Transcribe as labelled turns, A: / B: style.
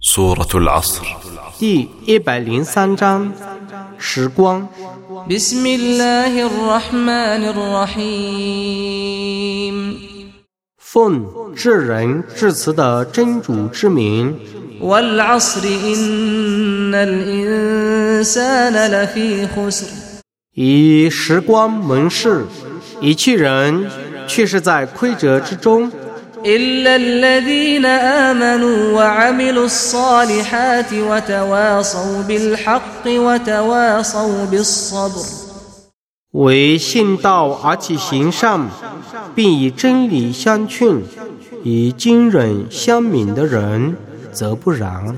A: سورة العصر
B: 第一百零三章：时光。
C: بسم الله الرحمن الرحيم
B: 奉至仁至慈的真主之名，
C: والعصر إن الإنسان لفي خسر
B: 以时光盟誓，一去人却是在亏折之中，
C: إلا الذين آمنوا وعملوا الصالحات وتواصوا بالحق وتواصوا بالصبر
B: 唯信道而且行善，并以真理相劝，以经忍相悯的人，则不然。